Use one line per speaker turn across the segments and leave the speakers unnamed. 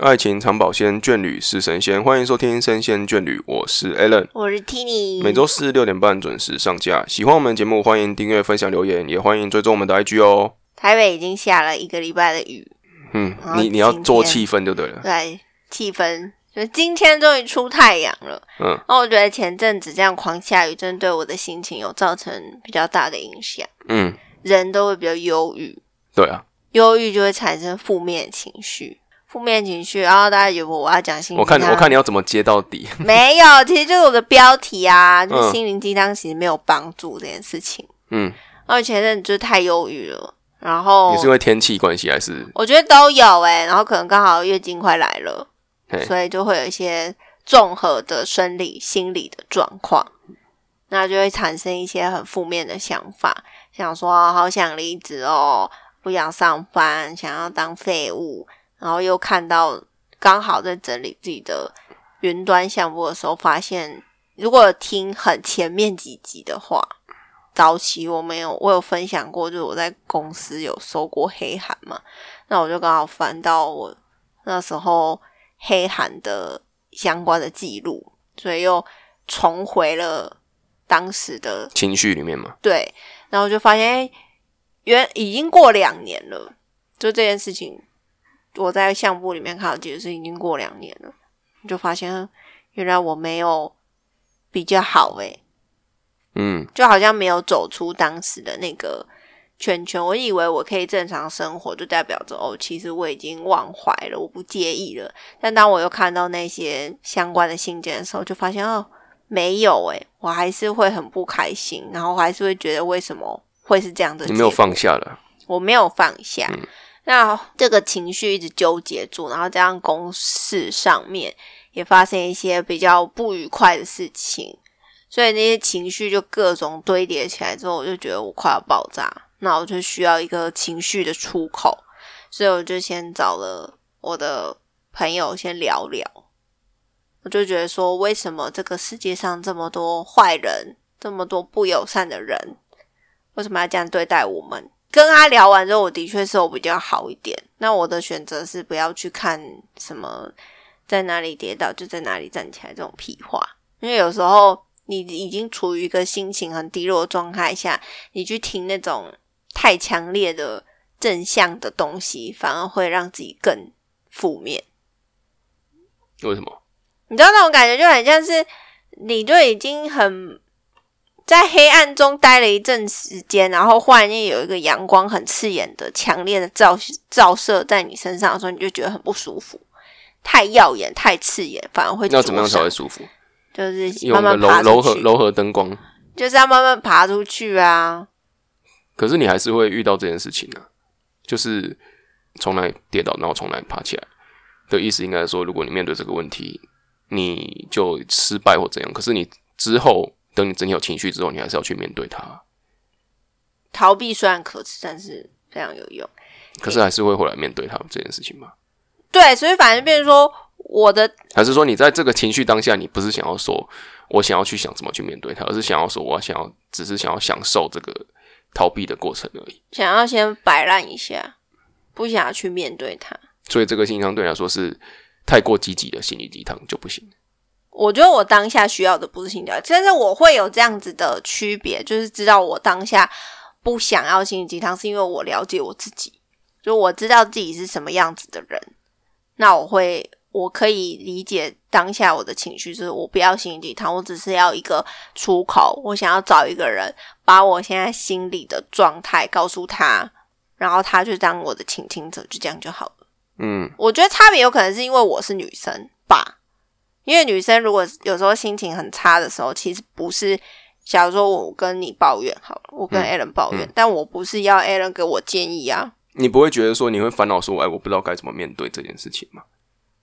爱情长保鲜，眷侣是神仙。欢迎收听《生鲜眷侣》，我是 Alan。
我是 Tini，
每周四六点半准时上架。喜欢我们节目，欢迎订阅、分享、留言，也欢迎追踪我们的 IG 哦。
台北已经下了一个礼拜的雨，
嗯
好，
你你要
今天
做气氛就对了。
对，气氛就是今天终于出太阳了。
嗯，
那我觉得前阵子这样狂下雨，真的对我的心情有造成比较大的影响，
嗯，
人都会比较忧郁，
对啊，
忧郁就会产生负面情绪。负面情绪，然后大家以为我要讲心灵
我
鸡
看
汤，
我看你要怎么接到底。
没有，其实就是我的标题啊，就是
嗯
心灵鸡汤其实没有帮助这件事情。
嗯，
然后前阵子就是太忧郁了，然后
你是因为天气关系还是？
我觉得都有哎、然后可能刚好月经快来了
嘿，
所以就会有一些综合的生理、心理的状况，那就会产生一些很负面的想法，想说、啊好想离职哦，不想上班，想要当废物，然后又看到刚好在整理自己的云端项目的时候，发现如果听很前面几集的话。早期我没有，我有分享过，就是我在公司有收过黑函嘛，那我就刚好翻到我那时候黑函的相关的记录，所以又重回了当时的
情绪里面嘛，
对，然后就发现，哎，原已经过两年了，就这件事情，我在相簿里面看到记得是已经过两年了，就发现哦原来我没有比较好哎诶、
嗯，
就好像没有走出当时的那个圈圈。我以为我可以正常生活，就代表着哦，其实我已经忘怀了，我不介意了。但当我又看到那些相关的信件的时候，就发现哦，没有诶、我还是会很不开心，然后我还是会觉得为什么会是这样的结
你
果？
没有放下了。
我没有放下。那这个情绪一直纠结住，然后加上公事上面也发生一些比较不愉快的事情，所以那些情绪就各种堆叠起来之后，我就觉得我快要爆炸，那我就需要一个情绪的出口，所以我就先找了我的朋友先聊聊。我就觉得说，为什么这个世界上这么多坏人，这么多不友善的人，为什么要这样对待我们？跟他聊完之后，我的确是我比较好一点。那我的选择是不要去看什么在哪里跌倒就在哪里站起来这种屁话，因为有时候你已经处于一个心情很低落的状态下，你去听那种太强烈的正向的东西，反而会让自己更负面。
为什么？
你知道那种感觉就很像是你就已经很在黑暗中待了一阵时间，然后忽然间有一个阳光很刺眼的、强烈的照照射在你身上的时候，你就觉得很不舒服，太耀眼、太刺眼，反而会
那怎么样
灼
才
伤
会舒服？
就是
用
慢
个柔
慢爬
柔
出
和
去，
柔和灯光，
就是要慢慢爬出去啊。
可是你还是会遇到这件事情啊，就是从来跌倒，然后从来爬起来的意思，应该说，如果你面对这个问题，你就失败或怎样，可是你之后等你整体有情绪之后，你还是要去面对它，
逃避虽然可耻，但是非常有用。
可是还是会回来面对它这件事情嘛？
对，所以反正变成说，我的
还是说你在这个情绪当下，你不是想要说我想要去想怎么去面对它，而是想要说我想要只是想要享受这个逃避的过程而已。
想要先摆烂一下，不想要去面对它。
所以这个心理鸡汤对你来说是太过积极的心理鸡汤就不行。
我觉得我当下需要的不是心理治疗，但是我会有这样子的区别，就是知道我当下不想要心灵鸡汤，是因为我了解我自己，就我知道自己是什么样子的人，那我会我可以理解当下我的情绪，就是我不要心灵鸡汤，我只是要一个出口，我想要找一个人把我现在心里的状态告诉他，然后他就当我的倾听者，就这样就好了。
嗯，
我觉得差别有可能是因为我是女生吧，因为女生如果有时候心情很差的时候，其实不是，假如说我跟你抱怨好了，我
嗯
跟 Alan 抱怨，但我不是要 Alan 给我建议啊，
你不会觉得说你会烦恼说，哎，我不知道该怎么面对这件事情吗？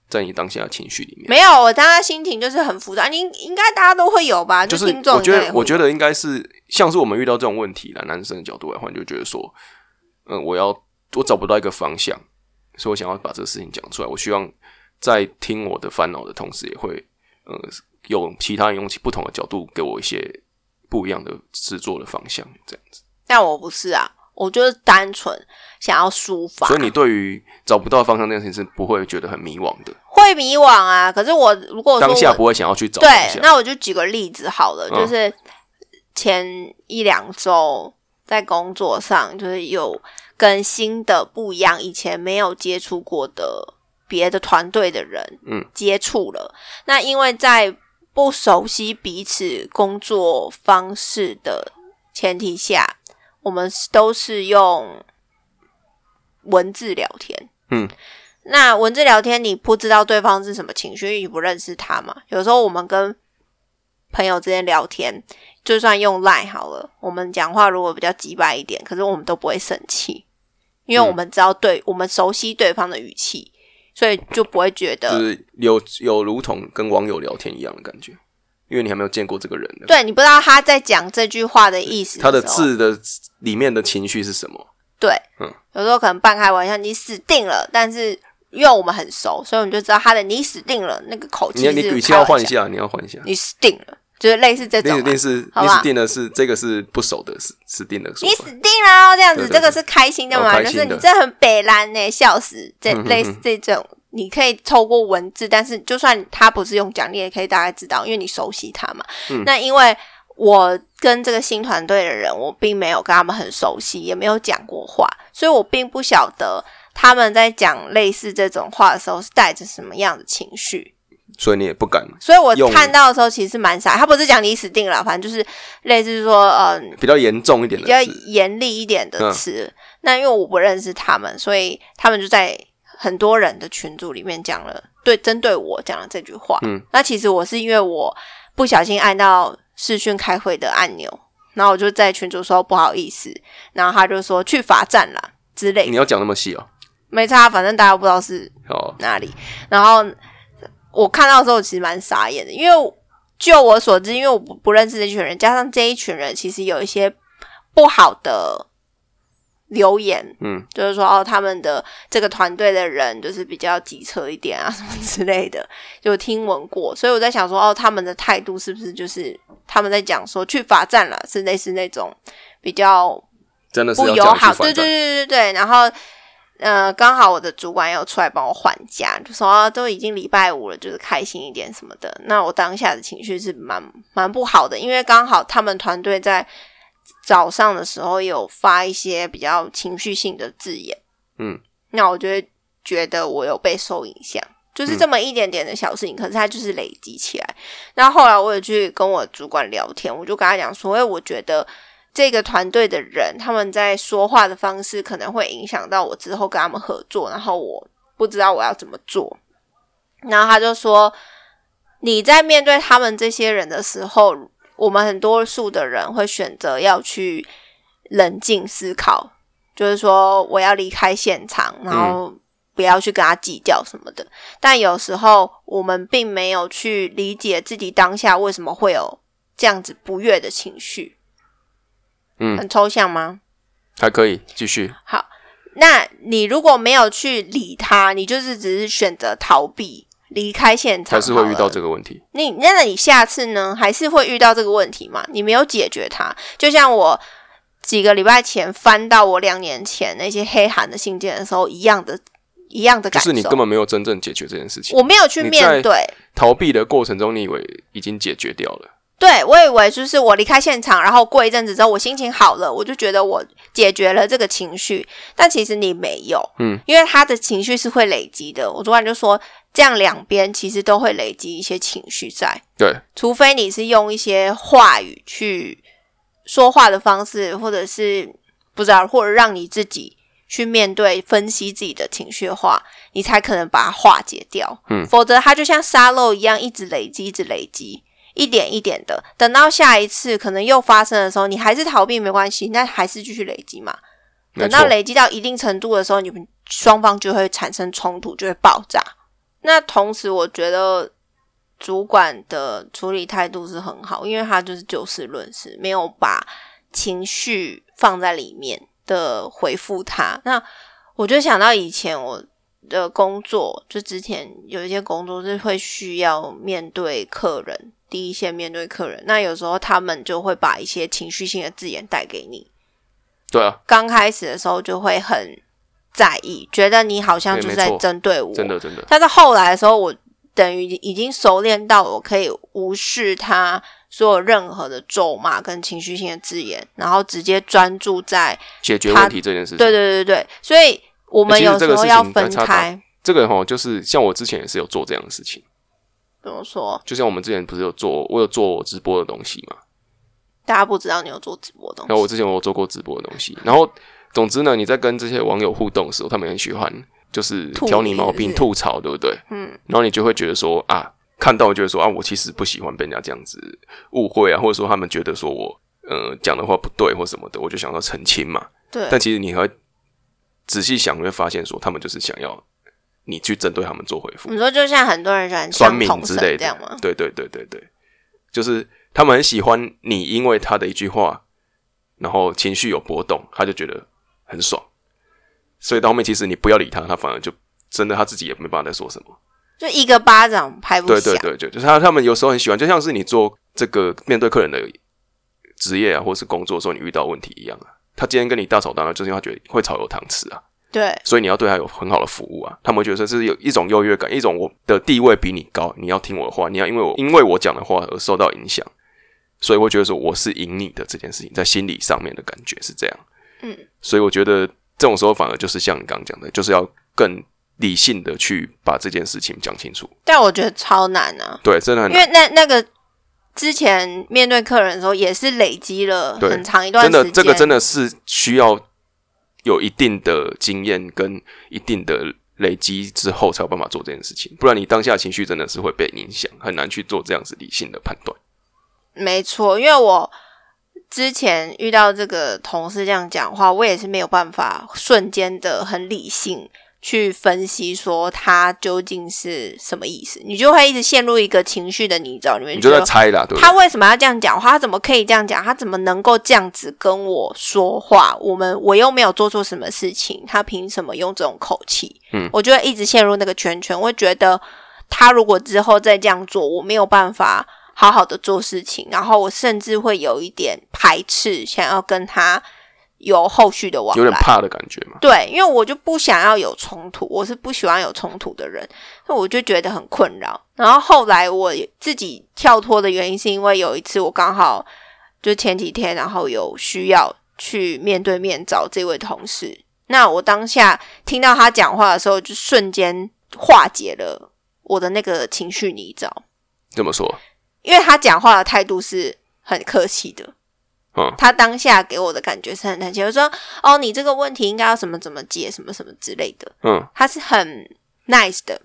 在你当下的情绪里面，
没有，我当时心情就是很浮躁，你应该大家都会有吧，
就是
听众
我觉
应该也
得，
会
我觉得应该是像是我们遇到这种问题啦，男生的角度来看，就觉得说，嗯，我要我找不到一个方向，所以我想要把这个事情讲出来。我希望在听我的烦恼的同时，也会呃有其他人用不同的角度给我一些不一样的制作的方向，这样子。
但我不是啊，我就是单纯想要抒发。
所以你对于找不到方向这件事情是不会觉得很迷惘的，
会迷惘啊，可是我如果说
当下
我
不会想要去找方
对，
向。
那我就举个例子好了，
嗯
就是前一两周在工作上，就是有跟新的不一样，以前没有接触过的别的团队的人，
嗯，
接触了。那因为在不熟悉彼此工作方式的前提下，我们都是用文字聊天。
嗯
那文字聊天，你不知道对方是什么情绪，因为你不认识他嘛。有时候我们跟朋友之间聊天，就算用 Line 好了，我们讲话如果比较直白一点，可是我们都不会生气，
嗯
因为我们知道对、我们熟悉对方的语气，所以就不会觉
就
得
是有有如同跟网友聊天一样的感觉，因为你还没有见过这个人呢，
对你不知道他在讲这句话的意思时
他
候，
的字的里面的情绪是什么？
对，
嗯
有时候可能半开玩笑，你死定了，但是。因为我们很熟，所以我们就知道他的“你死定了”那个口气
你
是
你语气
开
要
玩
换一
笑，
下，你要换一下。
你死定了，就是类似这
你
种、
死
啊。
定是
好
你
吧
死定的是这个是不熟的，死死定的说
你死
法。
定了哦，这样子，
对对
这个是开心的
哦
嘛？
开
就
心
是
的
你这很北蓝呢，笑死！这
嗯嗯嗯
类似这种，你可以透过文字，但是就算他不是用讲，你也可以大概知道，因为你熟悉他嘛。
嗯
那因为我跟这个新团队的人，我并没有跟他们很熟悉，也没有讲过话，所以我并不晓得他们在讲类似这种话的时候是带着什么样的情绪。
所以你也不敢，
所以我
用
看到的时候其实蛮傻，他不是讲你死定了，反正就是类似说，嗯，
比较严重一点
比较
的字，
严厉一点的
嗯
词。那因为我不认识他们，所以他们就在很多人的群组里面讲了对针对我讲了这句话。
嗯，
那其实我是因为我不小心按到视讯开会的按钮，然后我就在群主说不好意思，然后他就说去罚站啦之类
你
的，
要讲那么细哦。
没差，啊反正大家不知道是
哦，
哪里。然后我看到的时候其实蛮傻眼的，因为就我所知，因为我不不认识这群人，加上这一群人其实有一些不好的留言，
嗯，
就是说哦，他们的这个团队的人就是比较机车一点啊，什么之类的，就听闻过，所以我在想说，哦，他们的态度是不是就是他们在讲说去罚站了，是类似那种比较
真的是
不
要
友
讲去
好，
反
对对
战
对对对。然后，呃，刚好我的主管又出来帮我还假，就说、啊、都已经礼拜五了，就是开心一点什么的。那我当下的情绪是蛮蛮不好的，因为刚好他们团队在早上的时候有发一些比较情绪性的字眼，
嗯，
那我就会觉得我有被受影响。就是
嗯
这么一点点的小事情，可是它就是累积起来。那后来我也去跟我主管聊天，我就跟他讲说，哎，我觉得这个团队的人，他们在说话的方式可能会影响到我之后跟他们合作，然后我不知道我要怎么做。然后他就说，你在面对他们这些人的时候，我们很多数的人会选择要去冷静思考，就是说我要离开现场，然后不要去跟他计较什么的。但有时候我们并没有去理解自己当下为什么会有这样子不悦的情绪。
嗯
很抽象吗？
还可以继续。
那你如果没有去理他，你就是只是选择逃避、离开现场，
还是会遇到这个问题。
你那那你下次呢，还是会遇到这个问题嘛？你没有解决它，就像我几个礼拜前翻到我两年前那些黑函的信件的时候一样的，一样的
就
感受。
是你根本没有真正解决这件事情
我。没有去面
你在
对，
逃避的过程中，你以为已经解决掉了，
对我以为就是我离开现场，然后过一阵子之后我心情好了，我就觉得我解决了这个情绪，但其实你没有，
嗯，
因为他的情绪是会累积的。我昨晚就说，这样两边其实都会累积一些情绪在。
对，
除非你是用一些话语去说话的方式，或者是不知道，或者让你自己去面对、分析自己的情绪的话，你才可能把它化解掉。
嗯
否则它就像沙漏一样，一直累积，一直累积，一点一点的，等到下一次可能又发生的时候，你还是逃避没关系，那还是继续累积嘛。
没
等
错
到，累积到一定程度的时候，你们双方就会产生冲突，就会爆炸。那同时，我觉得主管的处理态度是很好，因为他就是就事论事，没有把情绪放在里面的回复他。那我就想到以前我的工作，就之前有一些工作是会需要面对客人，第一线面对客人，那有时候他们就会把一些情绪性的字眼带给你。
对啊，
刚开始的时候就会很在意，觉得你好像
对
就
没
是在
错
针对我。
真的真的，
但是后来的时候，我等于已经熟练到我可以无视他所有任何的咒骂跟情绪性的字眼，然后直接专注在
解决
他
问题这件事情，
对对对对，所以我们
欸其实
有时
这个
候
事
要
情
分
还差
开。
这个哈，就是像我之前也是有做这样的事情，
怎么说？
就像我们之前不是有做，我有做直播的东西嘛，
大家不知道你有做直播的
然后
东西，
我之前我有做过直播的东西，然后总之呢，你在跟这些网友互动的时候，他们很喜欢就是
吐
挑
你
你
是
毛
不是
病、吐槽，对不对？
嗯，
然后你就会觉得说啊，看到就会说啊，我其实不喜欢被人家这样子误会啊，或者说他们觉得说我呃讲的话不对或什么的，我就想要澄清嘛。
对
但其实你还仔细想，你会发现说他们就是想要你去针对他们做回复。
你说就像很多人喜欢
酸
像
民
同
之
神
类
这样吗
的。？对对对对对，就是他们很喜欢你，因为他的一句话，然后情绪有波动，他就觉得很爽。所以到后面其实你不要理他，他反而就真的他自己也没办法再说什么。
就一个巴掌拍不响。
对对对，就就是他他们有时候很喜欢，就像是你做这个面对客人的职业啊，或是工作的时候，你遇到问题一样啊。他今天跟你大吵大闹，就是因为他觉得会炒有糖吃啊，
对
所以你要对他有很好的服务啊。他们会觉得这是有一种优越感，一种我的地位比你高，你要听我的话，你要因为我因为我讲的话而受到影响，所以我觉得说我是赢你的这件事情，在心理上面的感觉是这样。
嗯，
所以我觉得这种时候反而就是像你刚刚讲的，就是要更理性的去把这件事情讲清楚。
但我觉得超难啊，
对，真的很
因为那那个之前面对客人的时候，也是累积了
对
很长一段时
真
间。
的，这个真的是需要有一定的经验跟一定的累积之后，才有办法做这件事情。不然你当下情绪真的是会被影响，很难去做这样子理性的判断。
没错，因为我之前遇到这个同事这样讲话，我也是没有办法瞬间的很理性去分析说他究竟是什么意思，你就会一直陷入一个情绪的泥沼里面，
你就在
觉得
猜啦，对不
哎他
对？
为什么要这样讲话？他怎么可以这样讲？他怎么能够这样子跟我说话？我们我又没有做错什么事情，他凭什么用这种口气？
嗯，
我就会一直陷入那个圈圈，我会觉得他如果之后再这样做，我没有办法好好的做事情，然后我甚至会有一点排斥，想要跟他有后续的往
有点
来。
怕的感觉嘛。
对，因为我就不想要有冲突，我是不喜欢有冲突的人，所以我就觉得很困扰。然后后来我自己跳脱的原因，是因为有一次我刚好就前几天，然后有需要去面对面找这位同事，那我当下听到他讲话的时候，就瞬间化解了我的那个情绪泥沼，
这么说，
因为他讲话的态度是很客气的，
嗯，
他当下给我的感觉是很难解，我说哦，你这个问题应该要什么怎么解，什么什么之类的，
嗯，
他是很 nice 的。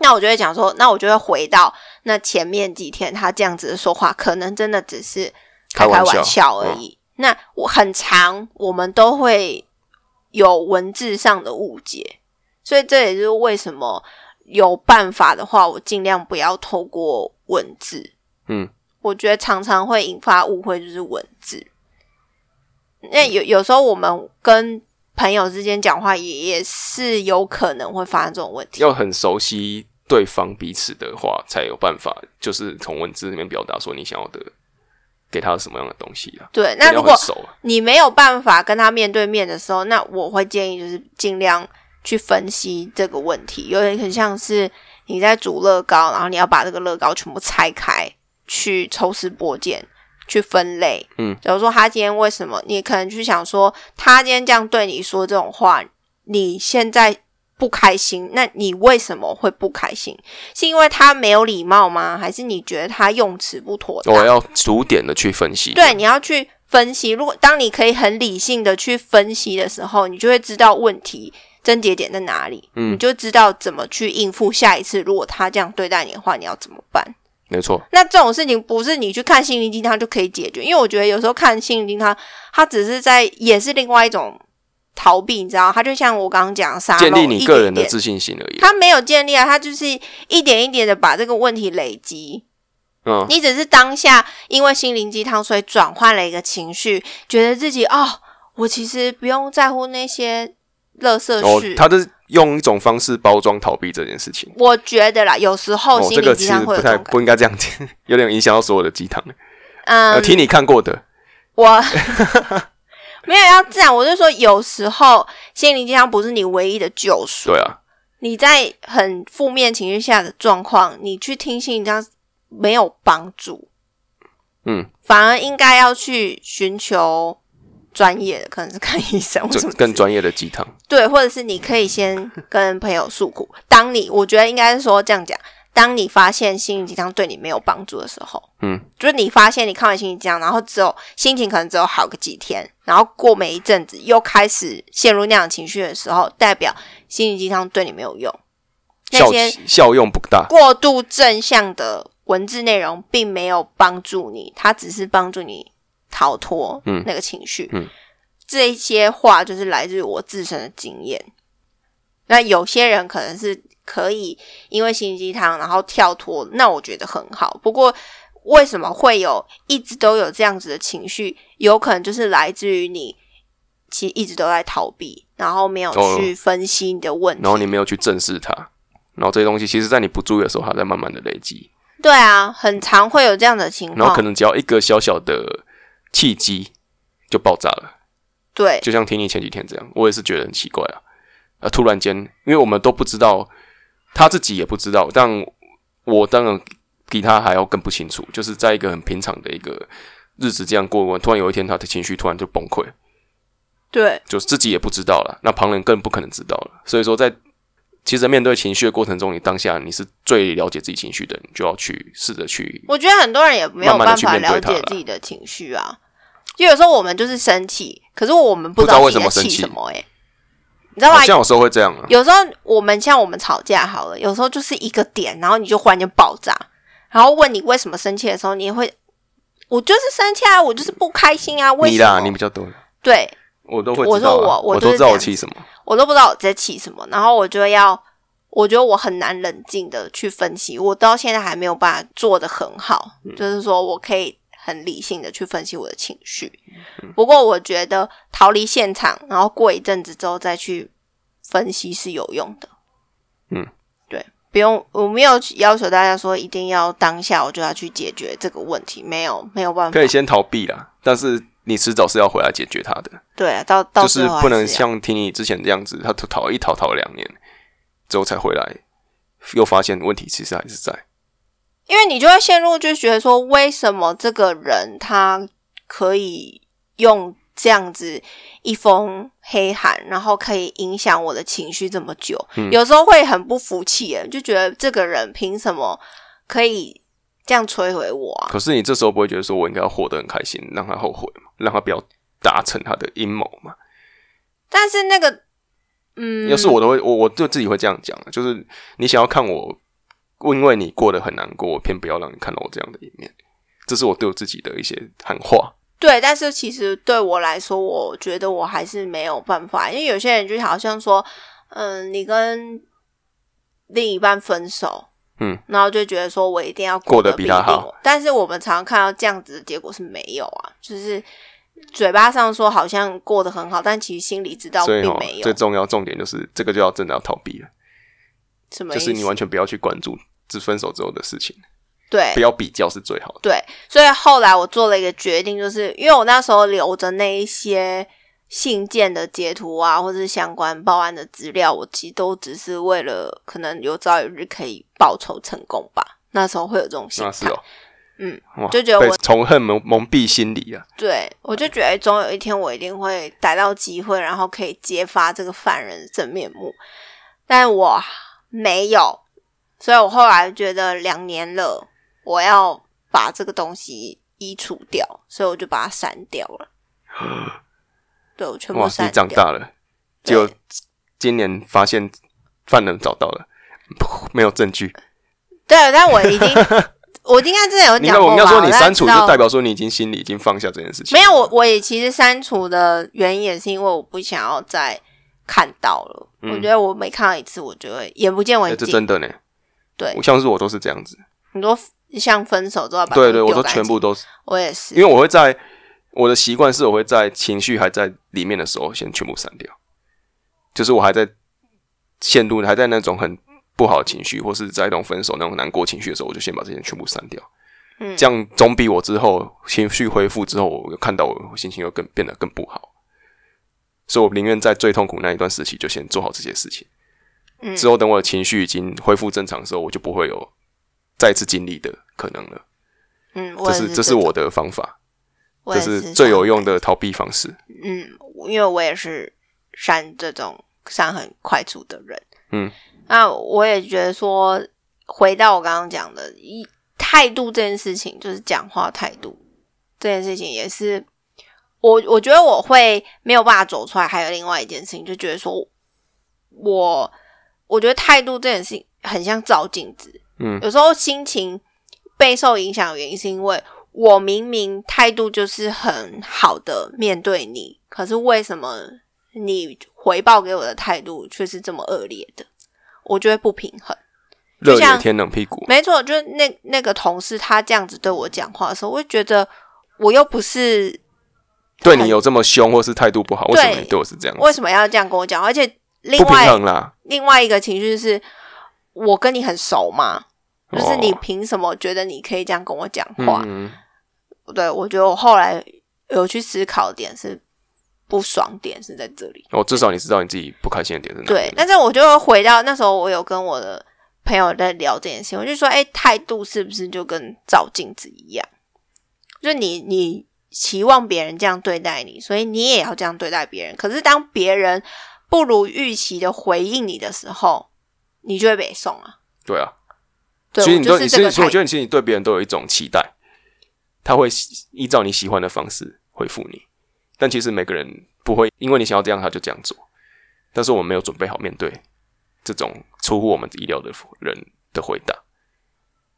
那我就会讲说，那我就会回到那前面几天他这样子的说话，可能真的只是开
开
开
玩笑嗯
玩笑而已。那我很长，我们都会有文字上的误解，所以这也是为什么有办法的话，我尽量不要透过文字。
嗯，
我觉得常常会引发误会，就是文字。那有有时候我们跟朋友之间讲话也，也是有可能会发生这种问题。
要很熟悉对方彼此的话，才有办法，就是从文字里面表达说你想要的，给他什么样的东西啊。
对，那
一定要
如果
很熟啊，
你没有办法跟他面对面的时候，那我会建议就是尽量去分析这个问题，有点很像是你在煮乐高，然后你要把这个乐高全部拆开，去抽丝剥茧，去分类。
嗯
比如说他今天为什么，你可能去想说他今天这样对你说这种话，你现在不开心，那你为什么会不开心？是因为他没有礼貌吗？还是你觉得他用词不妥当？
我要逐点的去分析。
对，你要去分析。如果当你可以很理性的去分析的时候，你就会知道问题症结点在哪里，
嗯
你就知道怎么去应付下一次。如果他这样对待你的话，你要怎么办？
没错，
那这种事情不是你去看心灵鸡汤就可以解决，因为我觉得有时候看心灵鸡汤，它只是在也是另外一种逃避，你知道吗？它就像我刚刚讲的沙漏，
建立你个人
一点一
的
点
自信心而已。
他没有建立啊，他就是一点一点的把这个问题累积，
嗯，
你只是当下因为心灵鸡汤，所以转换了一个情绪，觉得自己哦，我其实不用在乎那些垃圾
哦
事。，
他就是用一种方式包装逃避这件事情。
我觉得啦，有时候
哦，
心
这
灵
个
鸡
其
汤
实
会有
不
这
太
种感
不应该这样讲， 有点影响到所有的鸡汤。
嗯，
呃，听你看过的，
我没有要自然，我就说有时候心灵鸡汤不是你唯一的救赎。
对啊，
你在很负面情绪下的状况，你去听心灵鸡汤没有帮助，
嗯，
反而应该要去寻求专业的，可能是看医生或什
这
么
更专业的鸡汤。
对，或者是你可以先跟朋友诉苦。当你我觉得应该是说这样讲，当你发现心灵鸡汤对你没有帮助的时候，
嗯，
就是你发现你看完心灵鸡汤，然后只有心情可能只有好个几天，然后过没一阵子又开始陷入那样的情绪的时候，代表心灵鸡汤对你没有用。那
效
些
效用不大，
过度正向的文字内容并没有帮助你，它只是帮助你逃脱
嗯
那个情绪。
嗯
这一些话就是来自于我自身的经验。那有些人可能是可以因为心灵鸡汤然后跳脱，那我觉得很好。不过为什么会有一直都有这样子的情绪？有可能就是来自于你其实一直都在逃避，然后没有
哦
去分析你的问题。
然后你没有去正视它，然后这些东西其实在你不注意的时候，它在慢慢的累积，
对啊，很常会有这样的情
然后
况
可。能只要一个小小的契机就爆炸了。
对，
就像听你前几天这样，我也是觉得很奇怪啊。啊，突然间，因为我们都不知道，他自己也不知道，但我当然比他还要更不清楚。就是在一个很平常的一个日子这样过完，突然有一天他的情绪突然就崩溃，
对，
就是自己也不知道了，那旁人更不可能知道了。所以说在，其实面对情绪的过程中，你当下你是最了解自己情绪的，你就要去试着去，
我觉得很多人也没有
慢慢
办
地去
法
面
了
对它
解
啦
自己的情绪啊。就有时候我们就是生气，可是我们不
不知道为
自己在
什么生
气
气
什么哎、你知道
好
吗？
像有时候会这样啊。
有时候我们像我们吵架好了，有时候就是一个点，然后你就忽然就爆炸，然后问你为什么生气的时候，你也会，我就是生气啊，我就是不开心啊，为
你
什么？
啦，你比较多，
对
我都会
我
知道、啊，
说我
我
我就
都知
是
道啊我
这样
气什么。
我都不知道我在气什么，然后我就要，我觉得我很难冷静的去分析，我到现在还没有办法做的很好，
嗯
就是说我可以很理性的去分析我的情绪。
嗯
不过我觉得逃离现场，然后过一阵子之后再去分析是有用的。
嗯，
对，不用，我没有要求大家说一定要当下我就要去解决这个问题，没有没有办法
可以。先逃避啦，但是你迟早是要回来解决它的，
对啊，到到
就
最
是
后
不
还
能
是要
像听你之前这样子，他逃逃一逃逃两年之后才回来，又发现问题其实还是在。
哦因为你就会陷入，就觉得说，为什么这个人他可以用这样子一封黑函，然后可以影响我的情绪这么久？有时候会很不服气耶，就觉得这个人凭什么可以这样摧毁我啊？
可是你这时候不会觉得说我应该要活得很开心，让他后悔嘛，让他不要达成他的阴谋嘛？
但是那个，嗯，
要是我都会，我我就自己会这样讲，啊就是你想要看我，因为你过得很难过，我偏不要让你看到我这样的一面，这是我对我自己的一些喊话。
对，但是其实对我来说，我觉得我还是没有办法，因为有些人就好像说，嗯，你跟另一半分手，
嗯，
然后就觉得说我一定要
过得
得
比
另
他
我
好，
但是我们常常看到这样子的结果是没有啊，就是嘴巴上说好像过得很好，但其实心里知道
所以
并
哈
没，
最
有，
重要重点就是这个就要真的要逃避了。
什么意
就
思？
是你完全不要去关注自分手之后的事情，
对
不要比较是最好的。
对，所以后来我做了一个决定，就是因为我那时候留着那一些信件的截图啊，或者是相关报案的资料，我其实都只是为了可能有朝一日可以报仇成功吧。那时候会有这种心
那是
态，
哦，
嗯
哇，
就觉得
被
我
仇恨蒙蒙蔽心理啊，
对我就觉得哎总有一天我一定会逮到机会，然后可以揭发这个犯人的真面目，但我没有，所以我后来觉得两年了，我要把这个东西移除掉，所以我就把它删掉了。对，我全
哇
部，
你
删掉。
长大了，
对
就今年发现犯人找到了，没有证据。
对，但我 已经，我应该之前有
你
呃讲
看，
过吧
我们要说你
大家
删除，
知道
就代表说你已经心里已经放下这件事情。
没有，我我也其实删除的原因也是因为我不想要再看到了。我觉得我每看到一次，我就会眼不见
嗯哎，
为
这
净。
真的呢。
对
我，像是我都是这样子。
很多像分手都要把
对
东
对，
西
我
丢
都
干
全部
净，
都是，
我也是，
因为我会在我的习惯是，我会在情绪还在里面的时候，先全部删掉。就是我还在陷入，还在那种很不好的情绪，或是在一种分手那种难过情绪的时候，我就先把这些全部删掉。
嗯
这样总比我之后情绪恢复之后，我看到我心情又更变得更不好。所以我宁愿在最痛苦那一段时期就先做好这些事情，
嗯
之后等我的情绪已经恢复正常的时候，我就不会有再次经历的可能了。
嗯，
这
我
是
也
这
这
是我的方法，
我
这
也
是
是
最
这
有
样
用的逃避方式。
嗯，因为我也是删这种删很快速的人。
嗯，
那我也觉得说，回到我刚刚讲的，一态度这件事情，就是讲话态度这件事情，也是我我觉得我会没有办法走出来。还有另外一件事情，就觉得说我我觉得态度这件事情很像照镜子，
嗯
有时候心情备受影响的原因是因为我明明态度就是很好的面对你，可是为什么你回报给我的态度却是这么恶劣的？我觉得不平衡。
热脸
像
贴冷屁股，
没错，就是那那个同事他这样子对我讲话的时候，我会觉得我又不是
对你有这么凶，或是态度不好，为什么
对
你对我是这样？
为什么要这样跟我讲，而且另
不平
外
衡啦，
另外一个情绪是，我跟你很熟嘛，就是你
哦
凭什么觉得你可以这样跟我讲话？
嗯，
对，我觉得我后来有去思考点是不爽点是在这里。
哦，至少你知道你自己不开心的点是哪里
对，但是我就回到那时候，我有跟我的朋友在聊这件事情，我就说，哎、态度是不是就跟照镜子一样？就你你期望别人这样对待你，所以你也要这样对待别人。可是当别人不如预期的回应你的时候，你就会被送啊。
对啊，
对，
其实
我
你
就
都
是
你
这
其
个
实所以
态
我觉
度。
得你其实你对别人都有一种期待，他会喜依照你喜欢的方式回复你，但其实每个人不会因为你想要这样他就这样做，但是我们没有准备好面对这种出乎我们意料的人的回答。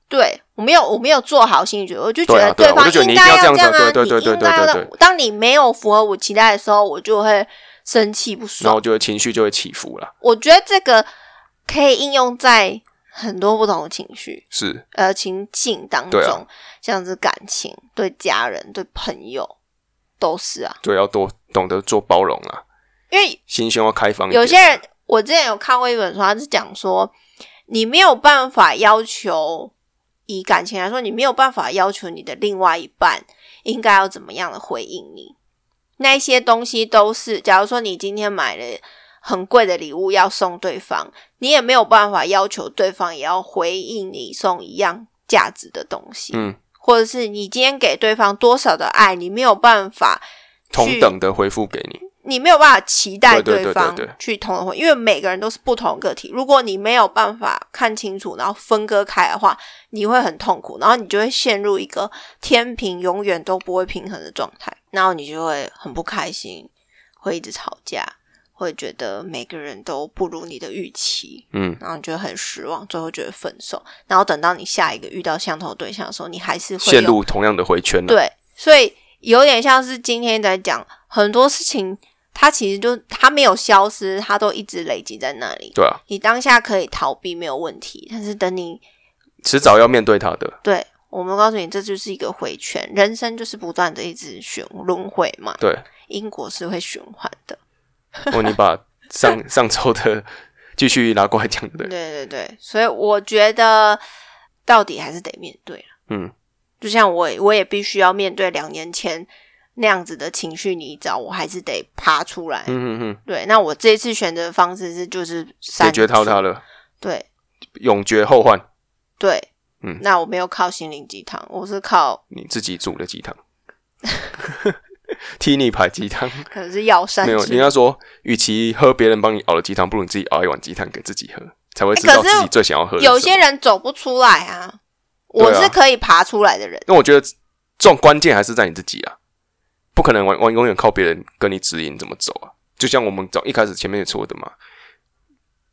对我没有，我没有做好心理准备，我就觉
对
得
啊对啊我
方
就觉得你
应
一定
该
要这样
这样
子
啊，
对
你
对对
应该要
对对
这样
对
当你没有符合我期待的时候，我就会生气不
然
爽。
后就会情绪就会起伏啦。
我觉得这个可以应用在很多不同的情绪，
是，
呃，情境当中，
对啊
像是感情、对家人、对朋友，都是啊。
对，要多懂得做包容啊啦，
因为
心胸要开放一点。
有些人，我之前有看过一本书，他是讲说，你没有办法要求，以感情来说，你没有办法要求你的另外一半应该要怎么样的回应你。那一些东西都是，假如说你今天买了很贵的礼物要送对方，你也没有办法要求对方也要回应你送一样价值的东西，
嗯，
或者是你今天给对方多少的爱，你没有办法
同等的回复给你，
你没有办法期待
对对对
方
对对
去同等回，因为每个人都是不同的个体。如果你没有办法看清楚，然后分割开的话，你会很痛苦，然后你就会陷入一个天平永远都不会平衡的状态，然后你就会很不开心，会一直吵架，会觉得每个人都不如你的预期，
嗯，
然后你就会很失望，最后觉得分手。然后等到你下一个遇到相同的对象的时候，你还是会
陷
有
入同样的回圈啊啦。
对，所以有点像是今天在讲很多事情，它其实就它没有消失，它都一直累积在那里。
对啊，
你当下可以逃避没有问题，但是等你
迟早要面对他的。
对我们告诉你，这就是一个回圈，人生就是不断的一直循轮回嘛，
对，
因果是会循环的。
哦，你把上 上周的继续拿过来讲，
对
对，
对对，所以我觉得到底还是得面对了。
嗯，
就像我也，我也必须要面对两年前那样子的情绪泥沼，我还是得爬出来。
嗯嗯嗯，
对，那我这一次选择的方式是就是
解
删
决掉
除
他了，
对
永绝后患，
对，
嗯
那我没有靠心灵鸡汤，我是靠
你自己煮的鸡 汤，替你排鸡汤。
可能是药膳
没有，
之
人家说，与其喝别人帮你熬的鸡汤，不如你自己熬一碗鸡汤给自己喝，才会
哎
知道
可是
自己最想要喝的是什么。
有些人走不出来啊，我
对啊
是可以爬出来的人。
那我觉得这种关键还是在你自己啊，不可能完完永远靠别人跟你指引怎么走啊。就像我们早一开始前面也说的嘛，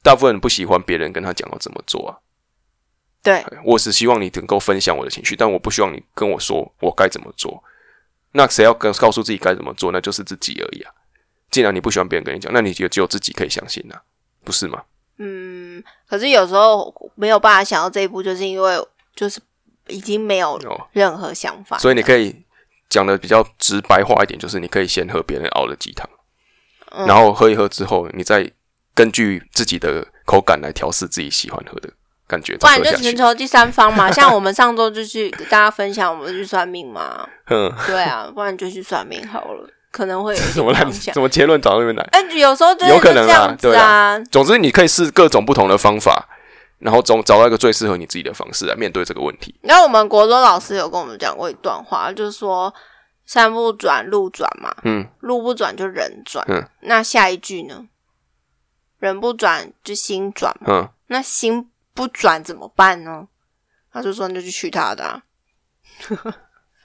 大部分人不喜欢别人跟他讲要怎么做啊。
对
我只希望你能够分享我的情绪，但我不希望你跟我说我该怎么做。那谁要跟告诉自己该怎么做，那就是自己而已啊。既然你不喜欢别人跟你讲，那你就只有自己可以相信啊，不是吗？
嗯，可是有时候没有办法想到这一步，就是因为就是已经没有
哦，
任何想法了，
所以你可以讲的比较直白话一点，就是你可以先喝别人熬的鸡汤，
嗯
然后喝一喝之后，你再根据自己的口感来调试自己喜欢喝的感觉，
不
再
然
喝
就
下
寻
去。
求第三方嘛。像我们上周就去跟大家分享，我们去算命嘛，
嗯，
对啊，不然就去算命好了。可能会 有一
怎么
些
烂
方向
怎。么结论找到那边来？
哎、有时候真的
有可
就
能
这
啊
样子
对
啊，
总之，你可以试各种不同的方法，然后总找到一个最适合你自己的方式来面对这个问题。
然后我们国中老师有跟我们讲过一段话，就是说“山不转路转”嘛，
嗯，
路不转就人转。
嗯，
那下一句呢？人不转就心转嘛，
嗯，
那心不转怎么办呢？他就说那就去他的、啊，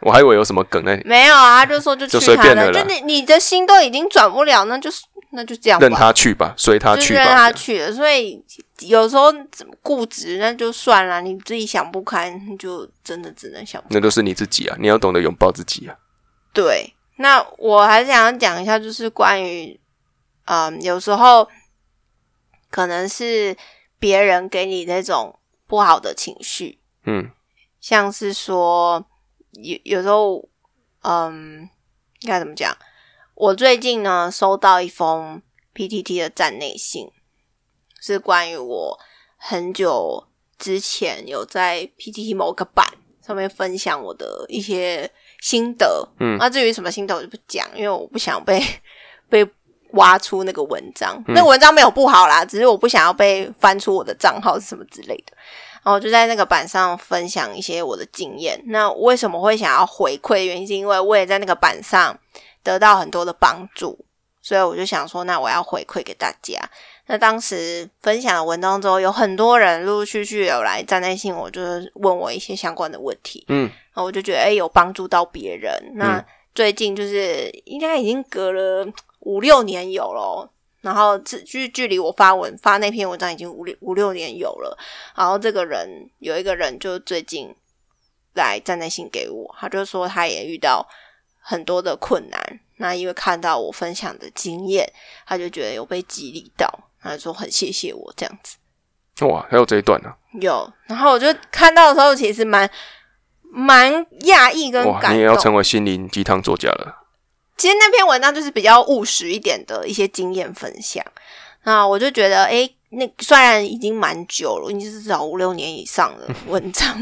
我还以为有什么梗在，
没有啊，他就说就
就
去
随
他
便了
的，
啦
就你你的心都已经转不了，那就是那就这样吧，
任他去吧，随他
就
去
任他
吧。
去了。所以有时候固执那就算了，你自己想不开，你就真的只能想
那就是你自己啊，你要懂得拥抱自己啊。
对，那我还想要讲一下，就是关于，嗯，有时候可能是别人给你那种不好的情绪，
嗯
像是说有有时候，嗯，应该怎么讲？我最近呢收到一封 PTT 的站内信，是关于我很久之前有在 PTT 某个版上面分享我的一些心得。
嗯
那至于什么心得我就不讲，因为我不想被 被挖出那个文章。
嗯
那个文章没有不好啦，只是我不想要被翻出我的账号是什么之类的。然后就在那个版上分享一些我的经验。那为什么会想要回馈？原因是因为我也在那个版上得到很多的帮助，所以我就想说，那我要回馈给大家。那当时分享的文章中，有很多人陆陆续续有来站内信我，就是问我一些相关的问题。
嗯，
然后我就觉得哎、诶有帮助到别人。那
嗯
最近就是应该已经隔了五六年有了哦，然后这距距离我发文发那篇文章已经五六五六年有了。然后这个人有一个人就最近来站内信给我，他就说他也遇到很多的困难。那因为看到我分享的经验，他就觉得有被激励到，他就说很谢谢我这样子。
哇，还有这一段呢、啊
有，然后我就看到的时候，其实蛮蛮讶异跟
哇，
感
你也要
动。
成为心灵鸡汤作家了。
其实那篇文章就是比较务实一点的一些经验分享。那我就觉得，诶，那虽然已经蛮久了，已经是至少五六年以上的文 章，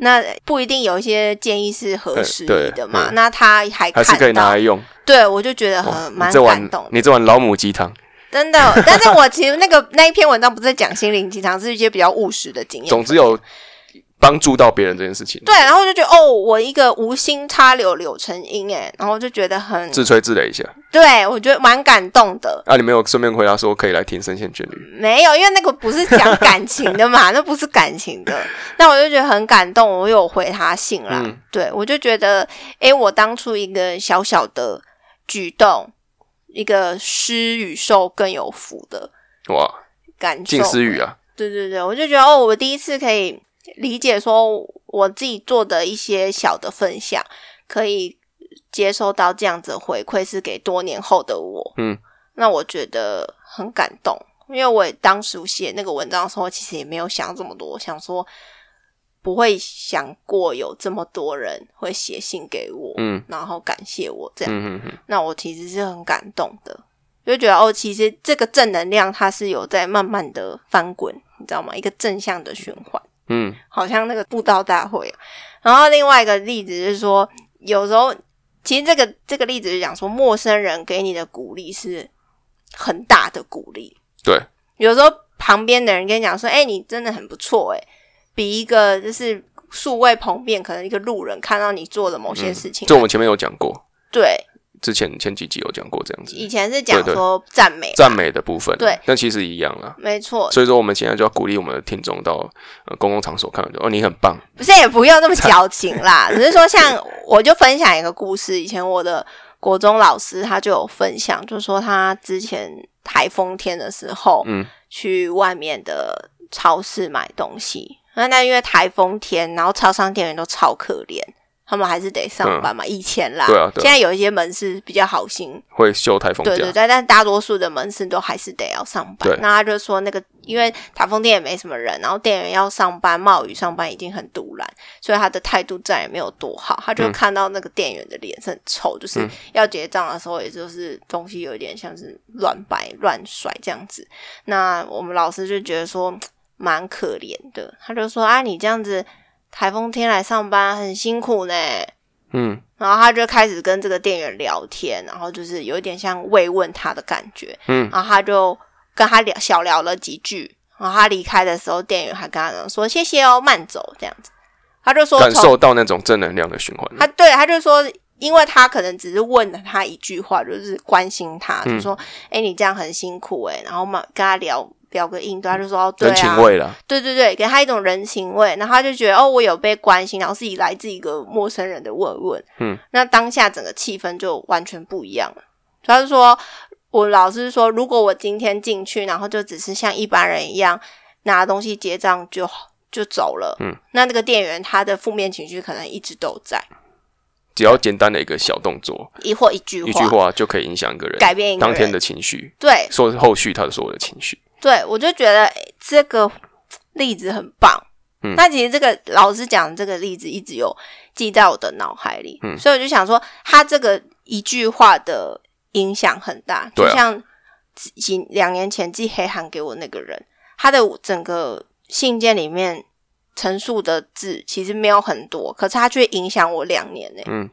那不一定有一些建议是合
嗯
时
对
宜的嘛。
嗯
那他还
还是可以
看
拿
到
来，用，
对我就觉得
哇
很
哦你
呃蛮
这
感
碗
动的。
你这碗老母鸡汤，
真的，但是我其实那个那一篇文章不是在讲心灵鸡汤，是一些比较务实的经验。
总之有帮助到别人这件事情，
对，然后我就觉得哦，我一个无心插柳柳成荫哎，然后就觉得很，
自吹自擂一下。
对我觉得蛮感动的。
啊，你没有顺便回答说可以来听声线旋律，
没有，因为那个不是讲感情的 嘛，那不是感情的。那我就觉得很感动，我有回他信啦。
嗯
对，我就觉得，诶，我当初一个小小的举动，一个施与受更有福的
哇，
感受。
近思语啊，
对对对，我就觉得哦，我第一次可以理解说我自己做的一些小的分享，可以接收到这样子的回馈，是给多年后的我。
嗯，
那我觉得很感动，因为我当时写那个文章的时候，其实也没有想这么多，想说不会想过有这么多人会写信给我，
嗯
然后感谢我这样。
嗯嗯嗯，
那我其实是很感动的，就觉得哦，其实这个正能量它是有在慢慢的翻滚，你知道吗？一个正向的循环，
嗯，
好像那个布道大会啊。然后另外一个例子是说，有时候其实这个这个例子是讲说，陌生人给你的鼓励是很大的鼓励，
对，
有时候旁边的人跟你讲说：“哎、你真的很不错。”哎，比一个就是素未谋面，可能一个路人看到你做的某些事情，
嗯这我们前面有讲过，
对，
之前前几集有讲过这样子
以前是讲
对对
说赞美嘛
赞美的部分，
对，
但其实一样啦。
没错，
所以说，我们现在就要鼓励我们的听众到、呃、公共场所看到，哦，你很棒，
不是也不用那么矫情 啦，只是说像我就分享一个故事，以前我的国中老师他就有分享，就说他之前台风天的时候，
嗯，
去外面的超市买东西，那那因为台风天，然后超商店员都超可怜。他们还是得上班嘛，以前啦，
对啊对啊
现在有一些门市比较好心，
会休台风假，
对对对，但大多数的门市都还是得要上班
对。
那他就说那个，因为台风店也没什么人，然后店员要上班，冒雨上班已经很堵然，所以他的态度再也没有多好。他就
嗯
看到那个店员的脸是很臭，就是
嗯
要结账的时候，也就是东西有点像是乱摆乱甩这样子。那我们老师就觉得说蛮可怜的，他就说啊，你这样子台风天来上班很辛苦呢。
嗯，
然后他就开始跟这个店员聊天，然后就是有一点像慰问他的感觉。
嗯，
然后他就跟他聊小聊了几句，然后他离开的时候，店员还跟他讲说：“谢谢哦，慢走。”这样子，他就说
感
从
受到那种正能量的循环。
他对他就说，因为他可能只是问了他一句话，就是关心他，就说：“
嗯
哎、你这样很辛苦哎、然后嘛，跟他聊聊个应对，他就说：“哦，对
人
啊
情，味啦，
对对对，给他一种人情味，然后他就觉得哦，我有被关心，然后是以来自一个陌生人的慰问，
嗯，
那当下整个气氛就完全不一样了。他就说，我老师说，如果我今天进去，然后就只是像一般人一样拿东西结账就就走了，
嗯，
那那个店员他的负面情绪可能一直都在，
只要简单的一个小动作，
一或一句话，
一句话就可以影响一个人
改变一个
当天
人，
的情绪，
对
说是后续他的所有的情绪。
对，我就觉得诶这个例子很棒。
嗯
那其实这个老师讲的这个例子一直有记在我的脑海里，
嗯
所以我就想说，他这个一句话的影响很大，
对啊
就像几两年前寄黑函给我那个人，他的整个信件里面陈述的字其实没有很多，可是他却影响我两年呢、
嗯，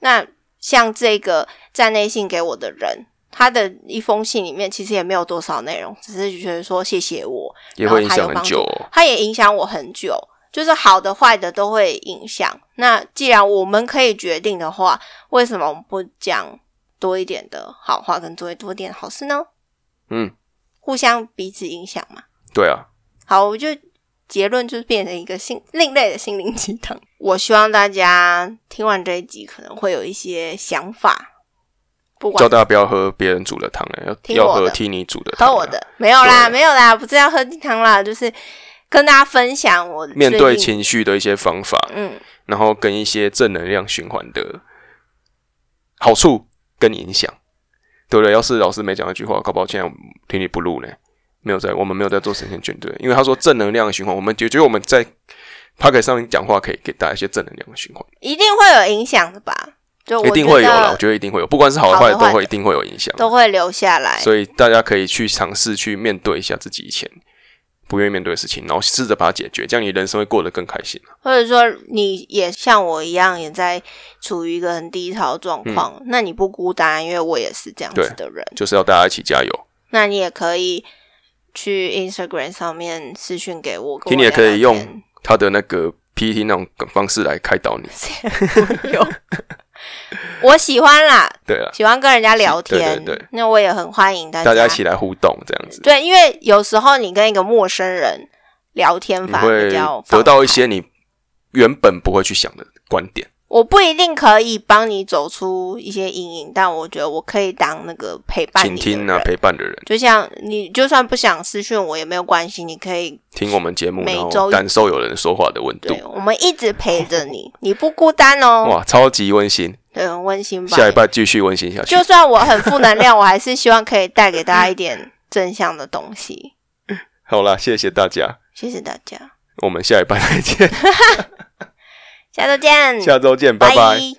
那像这个站内信给我的人，他的一封信里面其实也没有多少内容，只是觉得说谢谢我，
也会影响很久哦、
他也影响我很久，就是好的坏的都会影响。那既然我们可以决定的话，为什么我们不讲多一点的好话跟多多一点的好事呢？
嗯，
互相彼此影响嘛。
对啊，
好，我就结论就是变成一个心另类的心灵鸡汤。我希望大家听完这一集可能会有一些想法，不
叫
管
大家不要喝别人煮的汤、欸，
听
要要
我的
喝替你煮的汤、啊
喝我，的没有啦，
对
没有啦，不是要喝鸡汤啦，就是跟大家分享我
面
最
对
近
情绪的一些方法，
嗯
然后跟一些正能量循环的好处跟影响，对不对？要是老师没讲那句话，搞不好现在我们听你不录呢。没有在，我们没有在做神仙卷对，因为他说正能量的循环，我们觉觉得我们在 p o c k e t 上面讲话可以给大家一些正能量的循环，
一定会有影响的吧？就我
一定
觉
会有
得
啦，我觉得一定会有，不管是好的坏的
好
都
的坏
会
的
一定会有影响，
都会留下来。
所以大家可以去尝试去面对一下自己以前不愿意面对的事情，然后试着把它解决，这样你人生会过得更开心。啊
或者说你也像我一样，也在处于一个很低潮的状况，
嗯
那你不孤单，因为我也是这样子的人。
就是要大家一起加油，
那你也可以去 Instagram 上面私讯给我，跟
听
我
你也可以
聊聊天
用他的那个 PPT 那种方式来开导你。
我喜欢啦，
对啊，
喜欢跟人家聊
对
天，
对对
那我也很欢迎大
大家一起来互动，这样子
对，因为有时候你跟一个陌生人聊天
你
反而
会
比较放
得到一
开
些你原本不会去想的观点。
我不一定可以帮你走出一些阴影，但我觉得我可以当那个陪伴
倾
你的
听啊，
人
陪伴的人，
就像你就算不想私讯我也没有关系，你可以
听我们节目，
每
然后
周一
感受有人说话的温度
对，我们一直陪着你，你不孤单哦，
哇，超级温馨。
对，很温馨吧。
下一拜继续温馨下去
就。算我很负能量，我还是希望可以带给大家一点正向的东西。
好啦，谢谢大家，
谢谢大家，
我们下一拜再见，
下周见，
下周见，拜拜。
嗯拜